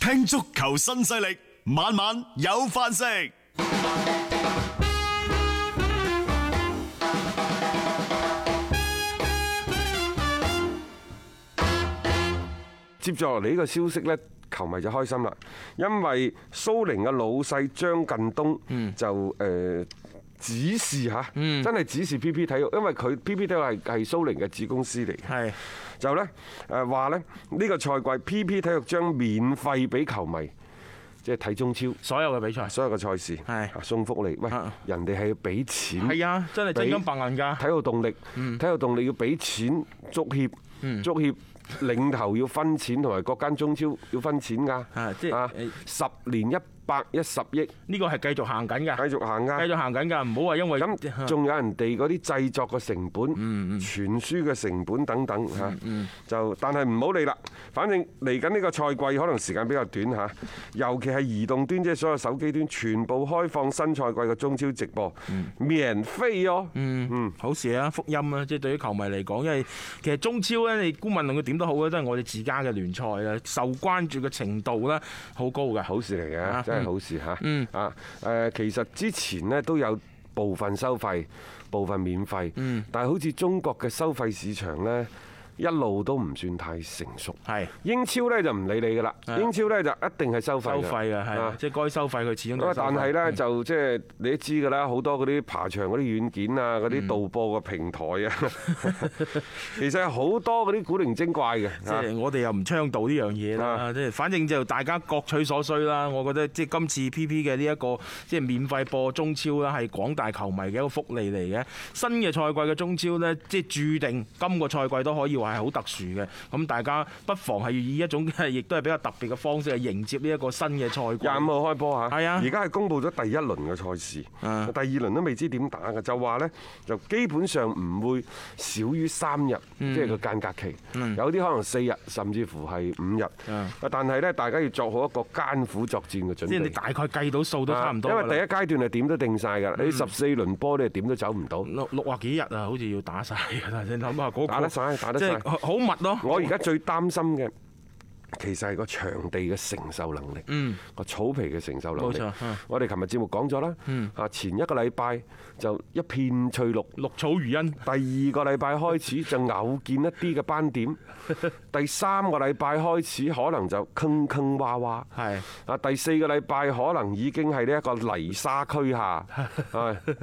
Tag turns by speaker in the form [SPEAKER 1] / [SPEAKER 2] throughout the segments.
[SPEAKER 1] 聽足球新勢力，晚晚有飯食。
[SPEAKER 2] 接住落嚟呢個消息呢，球迷就開心啦，因為蘇寧嘅老細張近
[SPEAKER 3] 嗯
[SPEAKER 2] 東就誒。指示嚇，真係指示 PP 體育，因為佢 PP 體育係係蘇寧嘅子公司嚟嘅。
[SPEAKER 3] 係
[SPEAKER 2] 就呢誒話呢，呢個賽季 PP 體育將免費俾球迷，即係睇中超
[SPEAKER 3] 所有嘅比賽。
[SPEAKER 2] 所有嘅賽事，
[SPEAKER 3] 係
[SPEAKER 2] 送福利。喂
[SPEAKER 3] 啊，
[SPEAKER 2] 人哋係要俾錢。
[SPEAKER 3] 係啊，真係真金白銀㗎。
[SPEAKER 2] 體育動力，
[SPEAKER 3] 嗯
[SPEAKER 2] 體育動力要俾錢足協，足協領頭要分錢，同埋各間中超要分錢㗎。
[SPEAKER 3] 啊即係
[SPEAKER 2] 啊
[SPEAKER 3] 誒
[SPEAKER 2] 十年一百一十億，繼
[SPEAKER 3] 呢個係繼啊嗯續行緊㗎，
[SPEAKER 2] 續行
[SPEAKER 3] 繼
[SPEAKER 2] 㗎。
[SPEAKER 3] 續行啊緊㗎，唔好話因為
[SPEAKER 2] 咁仲有人哋嗰啲製作嘅成本、
[SPEAKER 3] 嗯
[SPEAKER 2] 傳輸嘅成本等等嚇，就但係唔好理啦。反正嚟緊呢個賽季可能時間比較短嚇，尤其係移動端即係所有手機端全部開放新賽季嘅中超直播，免費哦。
[SPEAKER 3] 嗯，好事啊，福音啊！即係對於球迷嚟講，因為其實中超咧，你姑勿論佢點都好咧，都係我哋自家嘅聯賽啦，受關注嘅程度咧好高㗎。
[SPEAKER 2] 好事嚟
[SPEAKER 3] 啊嗯
[SPEAKER 2] 嘅，真係好事嚇。啊誒，其實之前呢都有部分收費，部分免費，
[SPEAKER 3] 嗯
[SPEAKER 2] 但係好似中國嘅收費市場呢，一路都唔算太成熟。
[SPEAKER 3] 係啊
[SPEAKER 2] 英超呢就唔理你㗎啦，英超呢就一定係收費
[SPEAKER 3] 收
[SPEAKER 2] 㗎。
[SPEAKER 3] 費㗎，係
[SPEAKER 2] 啊
[SPEAKER 3] 即係該收費佢始終
[SPEAKER 2] 咁
[SPEAKER 3] 都
[SPEAKER 2] 啊，
[SPEAKER 3] 收費嗯
[SPEAKER 2] 但係呢，就即係你都知㗎啦，好多嗰啲爬牆嗰啲軟件
[SPEAKER 3] 嗯
[SPEAKER 2] 啊，嗰啲導播嘅平台啊， 其實有好多嗰啲古靈精怪嘅。
[SPEAKER 3] 即係我哋又唔倡導呢樣嘢啦，
[SPEAKER 2] 啊
[SPEAKER 3] 即係反正就大家各取所需啦。我覺得即係今次 PP 嘅呢一個即係免費播中超啦，係廣大球迷嘅一個福利嚟嘅。新嘅賽季嘅中超呢，即係注定今個賽季都可以話係好特殊嘅。咁大家不妨係以一種亦都係比較特別嘅方式去迎接呢一個新嘅賽季。
[SPEAKER 2] 廿五號開波嚇，
[SPEAKER 3] 係啊
[SPEAKER 2] 而家係公布咗第一輪嘅賽事，
[SPEAKER 3] 啊
[SPEAKER 2] 第二輪都未知點打嘅，就話呢，就基本上唔會少於三日，
[SPEAKER 3] 嗯
[SPEAKER 2] 即係個間隔期，有啲可能四日，甚至乎係五日
[SPEAKER 3] 啊。
[SPEAKER 2] 但係呢，大家要作好一個艱苦作戰嘅準
[SPEAKER 3] 即係你
[SPEAKER 2] 備。
[SPEAKER 3] 大概計到數都差唔多
[SPEAKER 2] 啊因
[SPEAKER 3] 㗎
[SPEAKER 2] 為
[SPEAKER 3] 啦嗯
[SPEAKER 2] 第一階段係點都定晒㗎啦，你十四輪波你係點都走唔到。
[SPEAKER 3] 六六啊幾日啊，好似要打晒㗎啦。你諗下嗰個
[SPEAKER 2] 打得晒打得
[SPEAKER 3] 即
[SPEAKER 2] 晒
[SPEAKER 3] 係好密咯。
[SPEAKER 2] 我而家最擔心嘅其實係個場地嘅承受能力，個、草皮嘅承受能
[SPEAKER 3] 嗯冇
[SPEAKER 2] 力
[SPEAKER 3] 錯嗯。
[SPEAKER 2] 我哋琴日節目講咗啦，啊前一個禮拜就一片翠綠。
[SPEAKER 3] 綠草如茵。
[SPEAKER 2] 第二個禮拜開始就偶見一啲嘅斑 點，第三個禮拜開始可能就坑坑洼洼，
[SPEAKER 3] 係
[SPEAKER 2] 啊第四個禮拜可能已經係呢一個泥沙俱 下，啊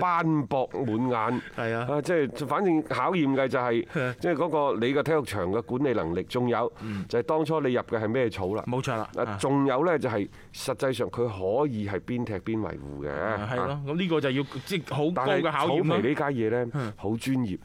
[SPEAKER 2] 斑駁滿眼，
[SPEAKER 3] 係啊嗯
[SPEAKER 2] 即係反正考驗嘅就 係即係嗰個你個體育場嘅管理能力，仲有就係當初你入嘅係咩草啦。
[SPEAKER 3] 冇錯啦。
[SPEAKER 2] 啊，仲有呢，就係實際上佢可以係邊踢邊維護嘅，
[SPEAKER 3] 啊係咯，咁呢個就要即係好
[SPEAKER 2] 啊但
[SPEAKER 3] 高
[SPEAKER 2] 係
[SPEAKER 3] 嘅考
[SPEAKER 2] 草
[SPEAKER 3] 驗啊嗯
[SPEAKER 2] 皮
[SPEAKER 3] 啦。
[SPEAKER 2] 呢家嘢呢，好專業，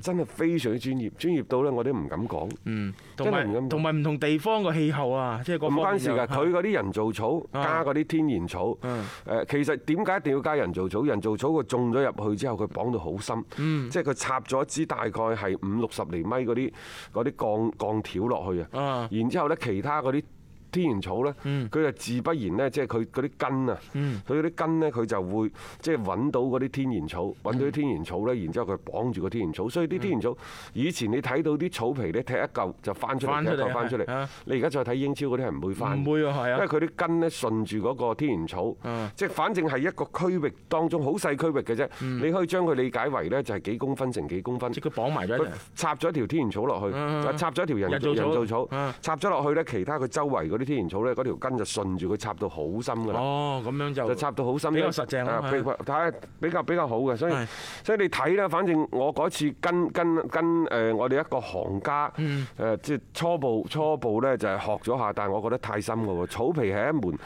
[SPEAKER 2] 真係非常之專業，專業到呢，我哋唔敢講，
[SPEAKER 3] 嗯同
[SPEAKER 2] 真係唔
[SPEAKER 3] 埋
[SPEAKER 2] 敢
[SPEAKER 3] 同
[SPEAKER 2] 講。
[SPEAKER 3] 埋唔同地方嘅氣候啊，即係嗰
[SPEAKER 2] 唔
[SPEAKER 3] 方
[SPEAKER 2] 關
[SPEAKER 3] 面
[SPEAKER 2] 事
[SPEAKER 3] 就
[SPEAKER 2] 㗎，佢嗰啲人造草
[SPEAKER 3] 啊
[SPEAKER 2] 加嗰啲天然草，誒其實點解一定要加人造草？人造草佢種咗入去之後，佢綁到好深，
[SPEAKER 3] 嗯
[SPEAKER 2] 即係佢插咗一支大概係五六十厘米嗰啲嗰啲鋼鋼條落去啊
[SPEAKER 3] 啊，嗯
[SPEAKER 2] 然之後呢，其他嗰啲。天然草呢，佢就自不然呢，即係佢嗰啲根啊，佢嗰啲根呢，佢就會即係揾到嗰啲天然草，揾到啲天然草呢，然之後佢綁住個天然草，所以
[SPEAKER 3] 嗯
[SPEAKER 2] 啲天然草以前你睇到啲草皮呢，踢一嚿就翻出嚟，
[SPEAKER 3] 翻
[SPEAKER 2] 踢
[SPEAKER 3] 出
[SPEAKER 2] 一
[SPEAKER 3] 嚟
[SPEAKER 2] 嚿翻出
[SPEAKER 3] 係
[SPEAKER 2] 嚟
[SPEAKER 3] 啊，
[SPEAKER 2] 你而家再睇英超嗰啲係唔會翻嘅，
[SPEAKER 3] 唔會啊係啊
[SPEAKER 2] 因為佢啲根咧順住嗰個天然草
[SPEAKER 3] 嗯，
[SPEAKER 2] 即係反正係一個區域當中好細區域嘅啫，你可以將佢理解為呢就係幾公分乘幾公分
[SPEAKER 3] 嗯即。係佢綁埋咗一
[SPEAKER 2] 佢
[SPEAKER 3] 齊。
[SPEAKER 2] 插咗一條天然草落去，啊
[SPEAKER 3] 嗯嗯
[SPEAKER 2] 插咗一條人造
[SPEAKER 3] 人造草
[SPEAKER 2] 人造
[SPEAKER 3] 嗯
[SPEAKER 2] 草，插咗落去呢，其他佢周圍嗰啲天然草呢，嗰條根就順住佢插到好深㗎啦。
[SPEAKER 3] 哦，咁樣就
[SPEAKER 2] 就插到好深，
[SPEAKER 3] 比較實淨啦
[SPEAKER 2] 啊
[SPEAKER 3] 係
[SPEAKER 2] 比較睇下比較比較好嘅，所以
[SPEAKER 3] 係
[SPEAKER 2] 所以你睇啦，反正我嗰次跟跟跟誒我哋一個行家
[SPEAKER 3] 嗯
[SPEAKER 2] 誒，即係初步初步咧就係學咗下，但係我覺得太深嘅喎，草皮係一門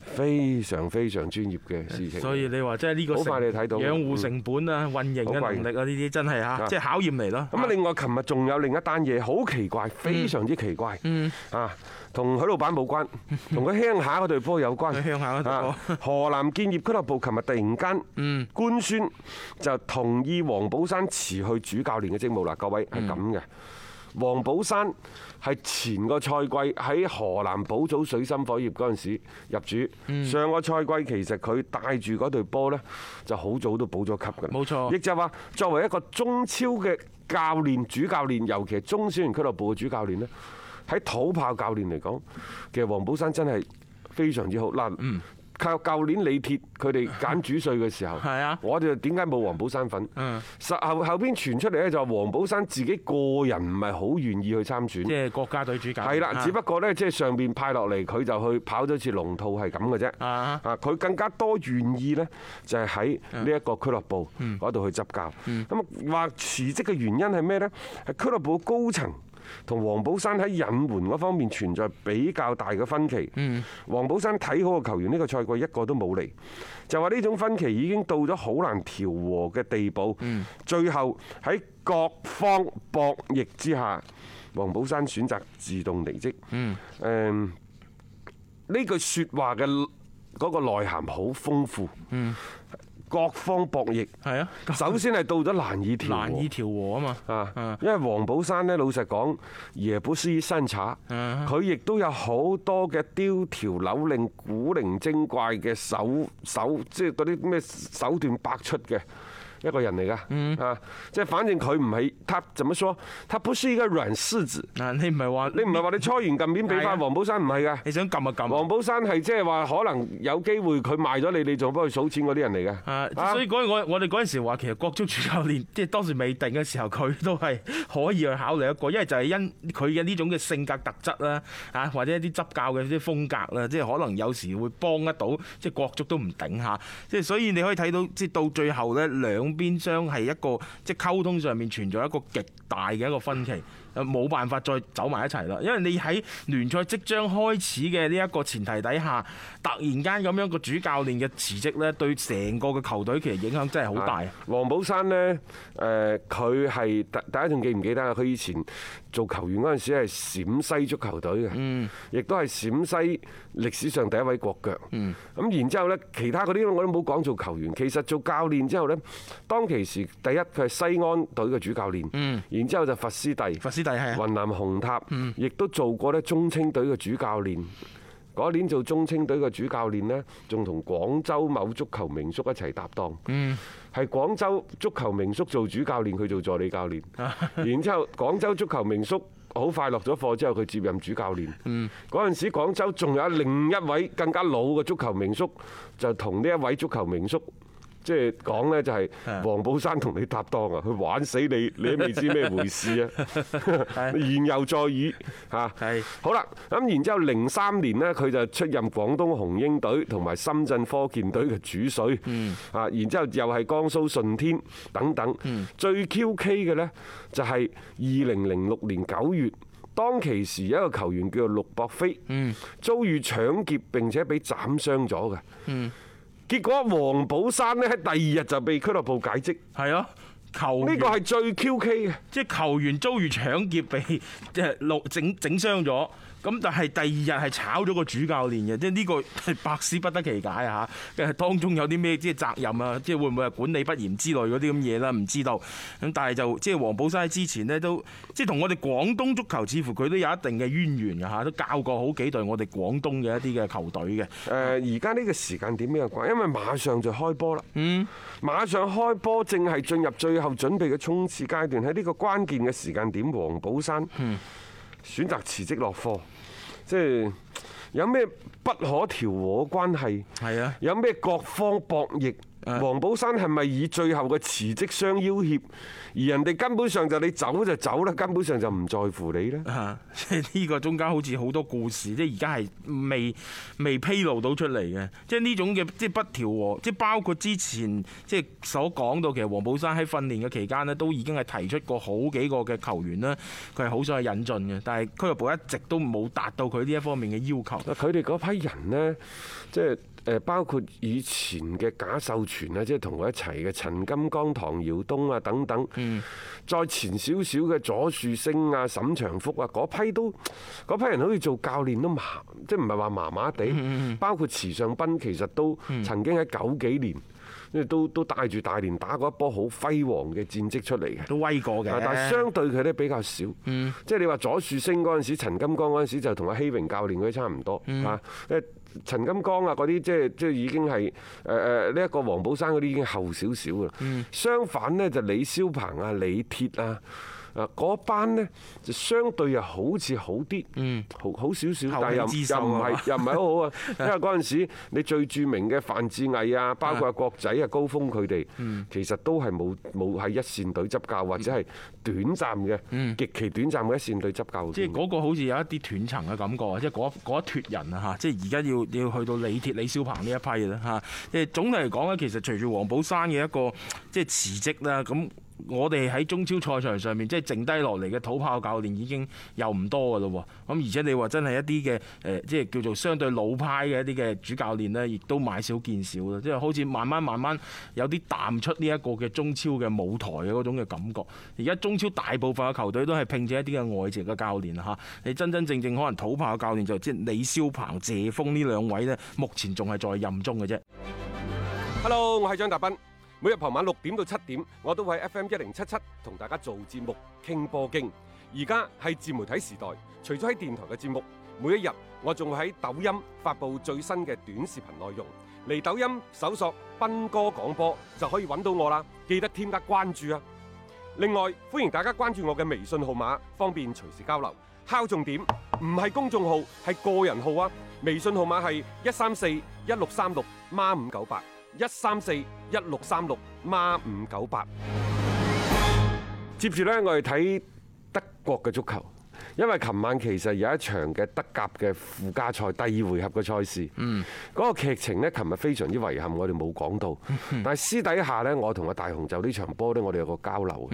[SPEAKER 2] 非常非常專業嘅事情。
[SPEAKER 3] 所以你話即係呢個
[SPEAKER 2] 好快
[SPEAKER 3] 成
[SPEAKER 2] 你睇到
[SPEAKER 3] 養護成本啊、運營嘅
[SPEAKER 2] 好貴
[SPEAKER 3] 能力啊，呢啲真係嚇，
[SPEAKER 2] 啊
[SPEAKER 3] 即係考驗嚟咯。
[SPEAKER 2] 咁啊，另外琴日仲有另一單嘢，好奇怪，非常之奇怪，
[SPEAKER 3] 嗯
[SPEAKER 2] 啊，同許老闆冇 關，同佢鄉下嗰隊波有關。
[SPEAKER 3] 佢鄉下嗰隊波嗯
[SPEAKER 2] 啊河南建業俱樂部琴日突然間官宣就同意黃寶山辭去主教練嘅職務啦，各位
[SPEAKER 3] 嗯
[SPEAKER 2] 係咁嘅。黃寶山係前個賽季喺河南寶組水深火熱嗰陣時入
[SPEAKER 3] 嗯
[SPEAKER 2] 主，上個賽季其實佢帶住嗰隊波呢，就好早都保咗級㗎啦。
[SPEAKER 3] 冇錯
[SPEAKER 2] 亦就係話作為一個中超嘅教練、主教練，尤其係中小型俱樂部嘅主教練呢，喺土炮教練嚟講，其實黃寶山真係非常之好。
[SPEAKER 3] 嗯
[SPEAKER 2] 嗱，靠舊年李鐵佢哋揀主帥嘅時候，
[SPEAKER 3] 係啊
[SPEAKER 2] 我哋點解冇黃寶山粉
[SPEAKER 3] 嗯？
[SPEAKER 2] 實後後邊傳出嚟咧就話黃寶山自己個人唔係好願意去參選
[SPEAKER 3] 即。係啊國家隊主教練
[SPEAKER 2] 係啦，只不過呢，即係上邊派落嚟，佢就去跑咗次龍套係咁嘅啫。
[SPEAKER 3] 啊
[SPEAKER 2] 啊，佢更加多願意呢，就係喺呢一個俱樂部嗰度去執教。咁啊話辭職嘅原因係咩呢？係俱樂部高層。同黃寶山喺引援嗰方面存在比較大嘅分歧。黃寶山睇好嘅球員呢個賽季一個都冇嚟，就話呢種分歧已經到咗好難調和嘅地步。最後喺各方博弈之下，黃寶山選擇自動離職。嗯，呢句説話嘅嗰個內涵好豐富。嗯，各方博弈，
[SPEAKER 3] 係啊，
[SPEAKER 2] 首先係到咗難以調和。
[SPEAKER 3] 難以調和啊嘛。
[SPEAKER 2] 啊，因為黃寶山呢，老實講，耶本斯山茶，
[SPEAKER 3] 嗯
[SPEAKER 2] 佢亦都有好多嘅刁條扭令、古靈精怪嘅手手，即係嗰啲咩手段百出嘅。一個人嚟
[SPEAKER 3] 嗯
[SPEAKER 2] 噶，啊，即係反正佢唔係，他怎麼說？他不是一個軟柿子。
[SPEAKER 3] 嗱，你唔係話
[SPEAKER 2] 你唔係話你搓完近面俾
[SPEAKER 3] 係啊
[SPEAKER 2] 翻黃寶山唔係㗎。
[SPEAKER 3] 你想撳就撳
[SPEAKER 2] 黃。寶山係即係話可能有機會佢賣咗你，你仲幫佢數錢嗰啲人嚟嘅。
[SPEAKER 3] 啊，
[SPEAKER 2] 啊
[SPEAKER 3] 所以嗰陣我我哋嗰陣時話，其實國足主教練 即係當時未定嘅時候，佢都係可以去考慮一個，因為就係因佢嘅呢種嘅性格特質啦，啊或者一啲執教嘅啲風格啦，即係可能有時會幫得到，即係國足都唔頂下，即係所以你可以睇到，即係到最後呢，兩邊相係一個即係溝通上面存在一個極大嘅一個分歧。誒呃冇辦法再走埋一齊啦，因為你喺聯賽即將開始嘅呢一個前提底下，突然間咁樣個主教練嘅辭職呢，對成個嘅球隊其實影響真係好大。啊
[SPEAKER 2] 黃寶山呢，誒佢係大大家仲記唔記得啊？佢以前做球員嗰陣時係陝西足球隊
[SPEAKER 3] 嗯
[SPEAKER 2] 嘅，亦都係陝西歷史上第一位國腳。
[SPEAKER 3] 嗯
[SPEAKER 2] 咁然之後呢，其他嗰啲我都冇講做球員，其實做教練之後呢，當其時第一佢係西安隊嘅主教練，然之後就佛斯蒂，
[SPEAKER 3] 嗯佛斯蒂係啊嗯
[SPEAKER 2] 雲南紅塔，亦都做過咧中青隊嘅主教練。嗰年做中青隊嘅主教練呢，仲同廣州某足球名宿一齊搭檔。嗯，係廣州足球名宿做主教練，佢做助理教 練。然之後廣州足球名宿好快落咗課之後，佢接任主教練。嗯，嗰陣時廣州仲有另一位更加老嘅足球名宿，就同呢一位足球名宿。即係講呢，就 係黃寶山同你搭檔啊，佢玩死你，你都未知咩回事 啊！言猶在耳嚇。
[SPEAKER 3] 係
[SPEAKER 2] 好啦，咁然之後零三年呢，佢就出任廣東紅鷹隊同埋深圳科健隊嘅主帥，啊，然之後又係江蘇舜天等等。最 QK 嘅呢，就係二零零六年九月。當其時有一個球員叫做陸博飛，遭遇搶劫並且被斬傷咗嘅。結果黃寶山呢，喺第二日就被俱樂部解職，
[SPEAKER 3] 係咯，啊球
[SPEAKER 2] 呢
[SPEAKER 3] 員
[SPEAKER 2] 個係最 QK 嘅。
[SPEAKER 3] 即係球員遭遇搶劫被 即係落整整傷咗，咁但係第二日係炒咗個主教練嘅，即係呢個係百思不得其解啊嚇！誒當中有啲咩即係責任啊，即係會唔會係管理不嚴之類嗰啲咁嘢啦？唔知道咁，但係就即係黃寶山之前呢，都即係同我哋廣東足球似乎佢都有一定嘅淵源嘅嚇，都教過好幾隊我哋廣東嘅一啲嘅球隊嘅。
[SPEAKER 2] 誒呃而家呢個時間點比較怪，因為馬上就開波啦。嗯，馬上開波正係進入最後準備嘅衝刺階段。喺呢個關鍵嘅時間點，黃寶山選擇辭職落課，即係有咩不可調和嘅關係？
[SPEAKER 3] 係啊
[SPEAKER 2] 有咩各方博弈？黃寶山係咪以最後嘅辭職相要挾，而人哋根本上就你走就走啦，根本上就唔在乎你呢？
[SPEAKER 3] 啊！ 即係呢個中間好似好多故事，即係而家係未未披露到出嚟嘅，即係呢種嘅即係不調和，即係包括之前即係所講到，其實黃寶山喺訓練嘅期間呢，都已經係提出過好幾個嘅球員啦，佢係好想去引進嘅，但係俱樂部一直都冇達到佢呢一方面嘅要求。
[SPEAKER 2] 嗱，佢哋嗰批人呢，即係誒包括以前嘅賈秀全啊，即係同佢一齊嘅陳金剛、唐耀東啊等等，再前少少嘅左樹星啊、沈長福啊，嗰批都嗰批人好似做教練都麻，即係唔係話麻麻地，包括池尚斌其實都曾經喺九幾年，即係都都帶住大連打過一波好輝煌嘅戰績出嚟嘅。
[SPEAKER 3] 都威過嘅嗯
[SPEAKER 2] 啊，但係相對佢咧比較少，即係你話左樹星嗰陣時、陳金剛嗰陣時就同阿希榮教練嗰啲差唔多
[SPEAKER 3] 嗯
[SPEAKER 2] 嚇，誒陳金剛啊嗰啲即係即係已經係誒誒呢一個
[SPEAKER 3] 嗯
[SPEAKER 2] 黃寶山嗰啲已經後少少噶啦，相反呢，就李霄鵬啊、李鐵啊。誒嗰班呢，就相對又好似好啲，好好少少，但係又
[SPEAKER 3] 嗯後起之秀
[SPEAKER 2] 又唔
[SPEAKER 3] 啊嘛
[SPEAKER 2] 係 又唔係好好啊，因為嗰陣時你最著名嘅范志毅啊，包括阿國仔啊、高峰佢哋，其實都係冇冇喺一線隊執教，或者係短暫嘅極其短暫嘅一線隊執教。
[SPEAKER 3] 即係嗰個好似有一啲斷層嘅感覺啊！即係嗰嗰一脱人啊嚇，即係而家要要去到李鐵、李小鵬呢一批啦嚇。即係總體嚟講咧，其實隨住黃寶山嘅一個即係辭職啦，咁我哋喺中超賽場上面即係剩低落嚟嘅土炮教練已經又唔多噶咯喎。咁而且你話真係一啲嘅誒，即係叫做相對老派嘅一啲嘅主教練呢，亦都買少見少啦。即係好似慢慢慢慢有啲淡出呢一個嘅中超嘅舞台嘅嗰種嘅感覺。而家中超大部分嘅球隊都係聘請一啲嘅外籍嘅教練嚇，你真真正正可能土炮嘅教練就即係李霄鵬、謝峰呢兩位呢，目前仲係在任中嘅啫。
[SPEAKER 2] Hello，我係張達斌。每日傍晚六點到七點，我都會喺 FM 一零七七同大家做節目傾波經。而家係自媒體時代，除咗喺電台嘅節目，每一日我仲會喺抖音發布最新嘅短視頻內容。嚟抖音搜索斌哥廣播就可以揾到我啦，記得添加關注啊！另外，歡迎大家關注我嘅微信號碼，方便隨時交流。敲重點，唔係公眾號，係個人號啊！微信號碼係一三四一六三六孖五九八，一三四一六三六孖五九八。接住呢，我哋睇德國嘅足球，因為琴晚其實有一場嘅德甲嘅附加賽第二回合嘅賽事，嗰個劇情呢，琴日非常之遺憾，我哋冇講到。但係私底下呢，我同阿大雄就呢場波呢，我哋有個交流。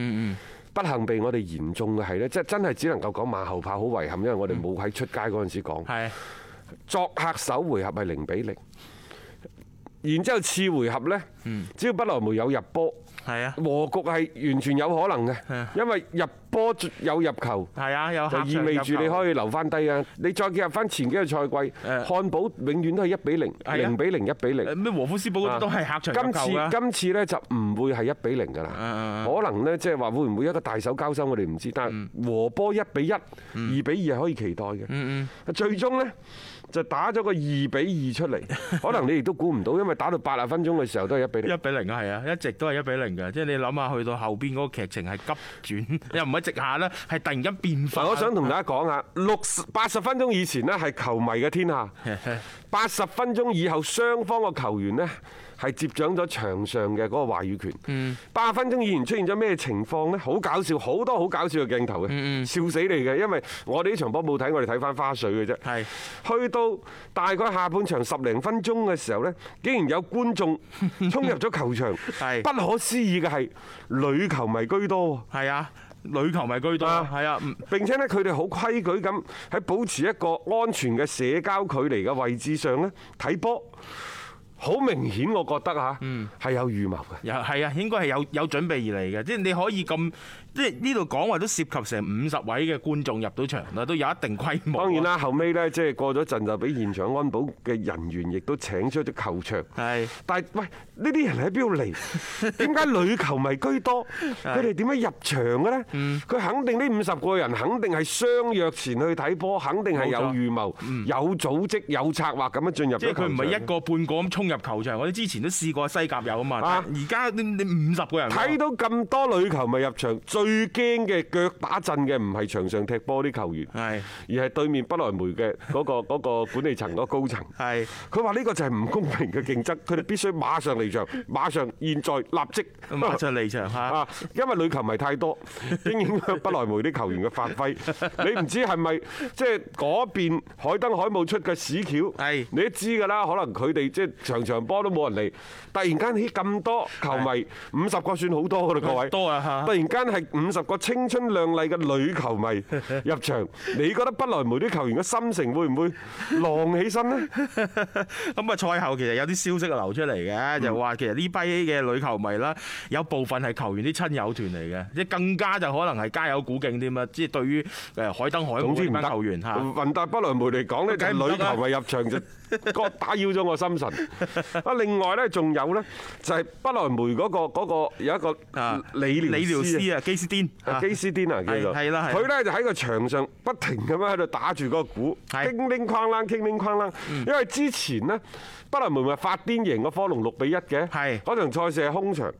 [SPEAKER 2] 不幸被我哋嚴重嘅係呢，即係真係只能夠講馬後炮，好遺憾，因為我哋冇喺出街嗰陣時講。
[SPEAKER 3] 係
[SPEAKER 2] 作客首回合係零比零，然之後次回合呢，只要不萊梅有入波，
[SPEAKER 3] 係啊，
[SPEAKER 2] 和局係完全有可能嘅，因為入波有入球。
[SPEAKER 3] 係啊，有
[SPEAKER 2] 就
[SPEAKER 3] 客場
[SPEAKER 2] 意味住
[SPEAKER 3] 入
[SPEAKER 2] 你
[SPEAKER 3] 球
[SPEAKER 2] 可以留翻低啊！你再結合翻前幾個賽季，
[SPEAKER 3] 誒
[SPEAKER 2] 漢堡永遠都係一比零、
[SPEAKER 3] 啊
[SPEAKER 2] 零比零、一比零
[SPEAKER 3] 誒。咩和夫斯堡嗰啲都係客場入
[SPEAKER 2] 今
[SPEAKER 3] 球㗎
[SPEAKER 2] 次。今次咧就唔會係一比零㗎啦，
[SPEAKER 3] 嗯嗯
[SPEAKER 2] 可能呢，即係話會唔會一個大手交收我哋唔知，但係和波一比一、二比二係可以期待嘅。最終呢，就打咗個二比二 出嚟，可能你亦都估唔到，因為打到八十分鐘嘅時候都係一比
[SPEAKER 3] 一
[SPEAKER 2] 零。
[SPEAKER 3] 比零啊，係啊，一直都係一比零嘅，即係你諗下，去到後邊嗰個劇情係急轉， 又唔係直下啦，係突然間變化。
[SPEAKER 2] 嗱，我想同大家講下，六十八十分鐘以前呢係球迷嘅天下，八十分鐘以後雙方嘅球員呢係接掌咗場上嘅嗰個話語權。八十分鐘以前出現咗咩情況呢？好搞笑，好多好搞笑嘅鏡頭嘅，笑死你嘅，因為我哋呢場波冇睇，我哋睇翻花絮嘅啫。
[SPEAKER 3] 係
[SPEAKER 2] 去到大概下半場十零分鐘嘅時候呢，竟然有觀眾衝入咗球場，
[SPEAKER 3] 係
[SPEAKER 2] 不可思議嘅係女球迷居多喎。
[SPEAKER 3] 係啊，女球迷居多，
[SPEAKER 2] 啊
[SPEAKER 3] 係啊，嗯
[SPEAKER 2] 並且咧，佢哋好規矩咁喺保持一個安全嘅社交距離嘅位置上咧睇波，好明顯，我覺得嚇係有預謀嘅。
[SPEAKER 3] 又係啊，應該係有有準備而嚟嘅，即係你可以咁，即係呢度講話都涉及成五十位嘅觀眾入到場啦，都有一定規模。啊
[SPEAKER 2] 當然，啦，後尾呢，即係過咗陣就俾現場安保嘅人員亦都請出咗 球場。
[SPEAKER 3] 係
[SPEAKER 2] 但係喂，呢啲人喺邊度 嚟？點解女球迷居多？佢哋點樣入場嘅呢？佢肯定呢五十個人肯定係相約前去睇波，肯定係有
[SPEAKER 3] 冇錯
[SPEAKER 2] 預謀、有組織、有策劃咁樣進入咗
[SPEAKER 3] 即係佢唔
[SPEAKER 2] 球
[SPEAKER 3] 係
[SPEAKER 2] 場
[SPEAKER 3] 一個半個咁衝入球場，我哋之前都試過西甲有啊嘛，
[SPEAKER 2] 啊
[SPEAKER 3] 而家你你五十個人喎
[SPEAKER 2] 睇到咁多女球迷入場，最驚嘅腳打震嘅唔係場上踢波啲球員，
[SPEAKER 3] 係
[SPEAKER 2] 而係對面不萊梅嘅嗰個 嗰個管理層嗰個高層。
[SPEAKER 3] 係。
[SPEAKER 2] 佢話呢個就係唔公平嘅競爭，佢哋必須馬上離場，馬上現在立即
[SPEAKER 3] 馬上離場嚇，
[SPEAKER 2] 啊！因為女球迷太 多，經影響不萊梅啲球員嘅發揮。你唔知係咪即係嗰邊海登海姆出嘅屎橋？
[SPEAKER 3] 係
[SPEAKER 2] 你都知㗎啦，可能佢哋即係場場波都冇人嚟，突然間起咁多球迷，五十個算好多㗎啦，各位。
[SPEAKER 3] 多啊嚇
[SPEAKER 2] 突然間係五十個青春靚麗嘅女球迷入 場，你覺得不萊梅啲球員嘅心情會唔會浪起身呢？
[SPEAKER 3] 咁啊，賽後其實有啲消息啊流出嚟嘅，
[SPEAKER 2] 嗯
[SPEAKER 3] 就話其實呢批嘅女球迷啦，有部分係球員啲親友團嚟嘅，即係更加就可能係家有古敬添啊！即係對於誒海登海姆
[SPEAKER 2] 總之
[SPEAKER 3] 呢
[SPEAKER 2] 唔
[SPEAKER 3] 班
[SPEAKER 2] 得。呃
[SPEAKER 3] 球員嚇，
[SPEAKER 2] 雲達不萊梅嚟講呢，就
[SPEAKER 3] 梗係唔
[SPEAKER 2] 女
[SPEAKER 3] 得啦
[SPEAKER 2] 球迷入場就 個打擾咗我心神。啊，另外呢，仲有呢，就係不萊梅嗰個嗰個有一個
[SPEAKER 3] 啊
[SPEAKER 2] 理
[SPEAKER 3] 理療
[SPEAKER 2] 療師
[SPEAKER 3] 師啊基斯甸
[SPEAKER 2] 啊基斯甸啊叫做，
[SPEAKER 3] 係係啦係
[SPEAKER 2] 佢呢就喺個場上不停咁樣喺度打住嗰個鼓，
[SPEAKER 3] 係嗯
[SPEAKER 2] 叮叮哐啷，叮叮哐啷。因為之前呢，不能門咪發癲贏個科隆六比一嘅，
[SPEAKER 3] 係
[SPEAKER 2] 嗰場賽事係空場，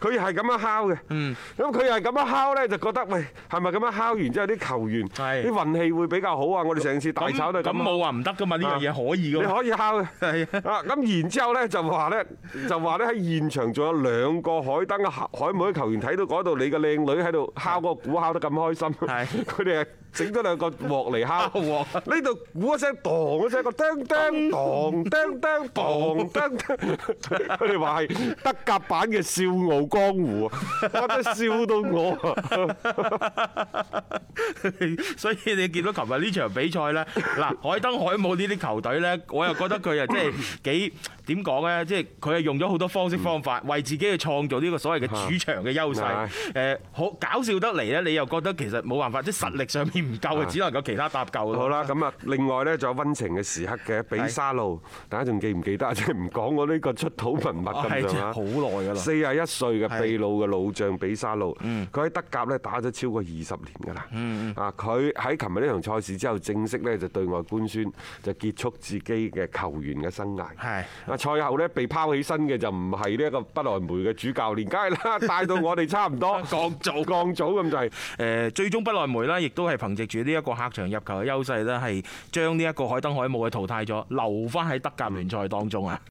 [SPEAKER 2] 佢係咁樣敲嘅。
[SPEAKER 3] 嗯
[SPEAKER 2] 咁佢係咁樣敲呢，就覺得喂係咪咁樣敲完之後啲球員
[SPEAKER 3] 係
[SPEAKER 2] 啲運氣會比較好啊？我哋啊上次大炒都係
[SPEAKER 3] 咁
[SPEAKER 2] 咁
[SPEAKER 3] 冇話唔得噶嘛，呢樣嘢可以噶
[SPEAKER 2] 你
[SPEAKER 3] 嘛。
[SPEAKER 2] 可以敲嘅。
[SPEAKER 3] 係
[SPEAKER 2] 啊，咁然之後咧就話咧，就話咧喺現場仲有兩個海登嘅海海妹球員睇到嗰度你個靚女喺度敲個鼓敲得咁開心，
[SPEAKER 3] 係
[SPEAKER 2] 佢哋係整咗兩個鑊嚟敲
[SPEAKER 3] 敲 鑊
[SPEAKER 2] 呢度鼓一聲噹一聲個叮叮噹叮叮噹叮叮，佢哋話係德甲版嘅笑傲江湖啊，我真係笑到我 啊！
[SPEAKER 3] 所以你見到琴日呢場比賽呢，嗱，海登、海姆呢啲球隊呢，我又覺得佢啊，即係幾點講呢？即係佢係用咗好多方式方法，為自己去創造呢個所謂嘅主場嘅優勢
[SPEAKER 2] 係。
[SPEAKER 3] 誒，好搞笑得嚟呢，你又覺得其實冇辦法，即係實力上面唔夠啊，只能夠其他搭救咯
[SPEAKER 2] 好啦，咁啊，另外咧仲有温情嘅時刻嘅比沙路，大家仲記唔記得啊？ 即係唔講我呢個出土文物咁
[SPEAKER 3] 哦
[SPEAKER 2] 上
[SPEAKER 3] 係真係
[SPEAKER 2] 下，
[SPEAKER 3] 好耐㗎啦
[SPEAKER 2] 四廿一歲嘅
[SPEAKER 3] 係嗯
[SPEAKER 2] 秘魯嘅老將比沙路，佢喺德甲咧打咗超過二十年㗎啦。啊，佢喺琴日呢場賽事之後，正式咧就對外官宣，就結束自己嘅球員嘅生涯。
[SPEAKER 3] 係
[SPEAKER 2] 啊，賽後咧被拋起身嘅就唔係呢一個不萊梅嘅主教練，梗係啦， 帶到我哋差唔多
[SPEAKER 3] 降組
[SPEAKER 2] 降組咁就係、
[SPEAKER 3] 誒最終不萊梅啦，亦都係憑藉住呢一個客場入球嘅優勢啦，係將呢一個海登海姆嘅淘汰咗，留翻喺德甲聯賽當中啊！